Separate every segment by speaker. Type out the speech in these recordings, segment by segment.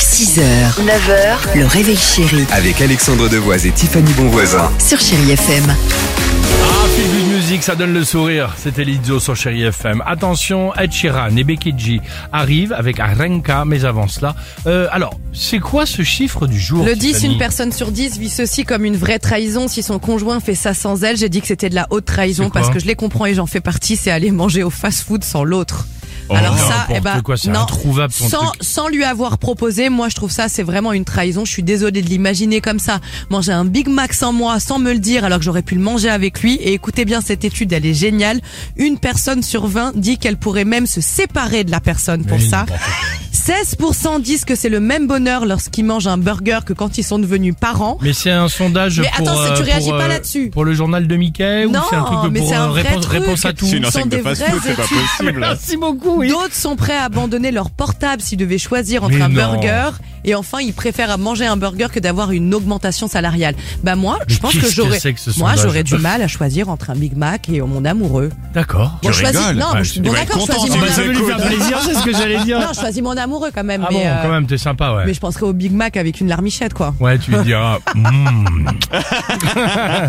Speaker 1: 6h, 9h, le réveil chéri
Speaker 2: Avec Alexandre Devoise et Tiffany Bonvoisin.
Speaker 1: sur Chéri FM.
Speaker 3: Ah, feel good music, ça donne le sourire. C'était Lizzo sur Chéri FM. Attention, Ed Sheeran et Becky G arrivent avec Arenka, mais avant cela. euh, alors, c'est quoi ce chiffre du jour
Speaker 4: Le 10,
Speaker 3: Tiffany
Speaker 4: une personne sur 10 vit ceci comme une vraie trahison. Si son conjoint fait ça sans elle, j'ai dit que c'était de la haute
Speaker 3: C'est
Speaker 4: trahison
Speaker 3: quoi
Speaker 4: parce que je les comprends et j'en fais partie, c'est aller manger au fast-food sans l'autre.
Speaker 3: Oh,
Speaker 4: Alors ça,
Speaker 3: n'importe
Speaker 4: eh ben,
Speaker 3: quoi, c'est
Speaker 4: non,
Speaker 3: introuvable son
Speaker 4: sans,
Speaker 3: truc.
Speaker 4: sans lui avoir proposé, moi je trouve ça c'est vraiment une trahison. Je suis désolée de l'imaginer comme ça. Manger un Big Mac sans moi, sans me le dire, alors que j'aurais pu le manger avec lui. Et écoutez bien cette étude, elle est géniale. Une personne sur 20 dit qu'elle pourrait même se séparer de la personne pour
Speaker 3: Mais
Speaker 4: ça.
Speaker 3: n'importe quoi.
Speaker 4: 16% disent que c'est le même bonheur lorsqu'ils mangent un burger que quand ils sont devenus parents.
Speaker 3: Mais c'est un sondage
Speaker 4: Mais
Speaker 3: pour,
Speaker 4: attends, c'est- tu
Speaker 3: euh,
Speaker 4: réagis
Speaker 3: pour,
Speaker 4: pas
Speaker 3: euh,
Speaker 4: là-dessus.
Speaker 3: Pour le journal de Mickey
Speaker 4: Non,
Speaker 3: ou c'est un truc
Speaker 4: mais
Speaker 3: pour
Speaker 4: c'est
Speaker 3: euh,
Speaker 4: un vrai
Speaker 3: réponse,
Speaker 4: truc.
Speaker 3: réponse à tout Ah,
Speaker 4: C'est une enseigne de fast-food, c'est pas hein.
Speaker 3: possible. Merci beaucoup, oui.
Speaker 4: D'autres sont prêts à abandonner leur portable s'ils devaient choisir entre
Speaker 3: Mais
Speaker 4: un
Speaker 3: non.
Speaker 4: burger et enfin ils préfèrent manger un burger que d'avoir une augmentation salariale. Bah moi, je
Speaker 3: Mais
Speaker 4: pense
Speaker 3: qu'est-ce
Speaker 4: que
Speaker 3: que
Speaker 4: j'aurais
Speaker 3: c'est que ce
Speaker 4: moi
Speaker 3: sondage
Speaker 4: j'aurais du mal à choisir entre un Big Mac et euh, mon amoureux.
Speaker 3: D'accord.
Speaker 4: Bon, je choisis non,
Speaker 3: Ouais,
Speaker 4: mais
Speaker 3: je-
Speaker 4: je, bon, d'accord, je choisis
Speaker 3: Ah
Speaker 4: mon
Speaker 3: bah, ça veut
Speaker 4: amoureux.
Speaker 3: lui faire plaisir, c'est ce que j'allais dire.
Speaker 4: Non, je choisis mon amoureux quand même
Speaker 3: ah
Speaker 4: mais
Speaker 3: bon,
Speaker 4: euh,
Speaker 3: quand même, t'es sympa, ouais.
Speaker 4: mais je penserais au Big Mac avec une larmichette quoi.
Speaker 3: Ouais, tu lui diras. Mm.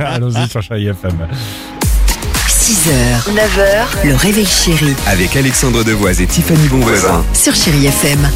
Speaker 3: Allons-y sur Chéri FM.
Speaker 1: 6h, 9h, le réveil chéri
Speaker 2: Avec Alexandre Devoise et Tiffany Bonvoisin.
Speaker 1: sur Chéri FM.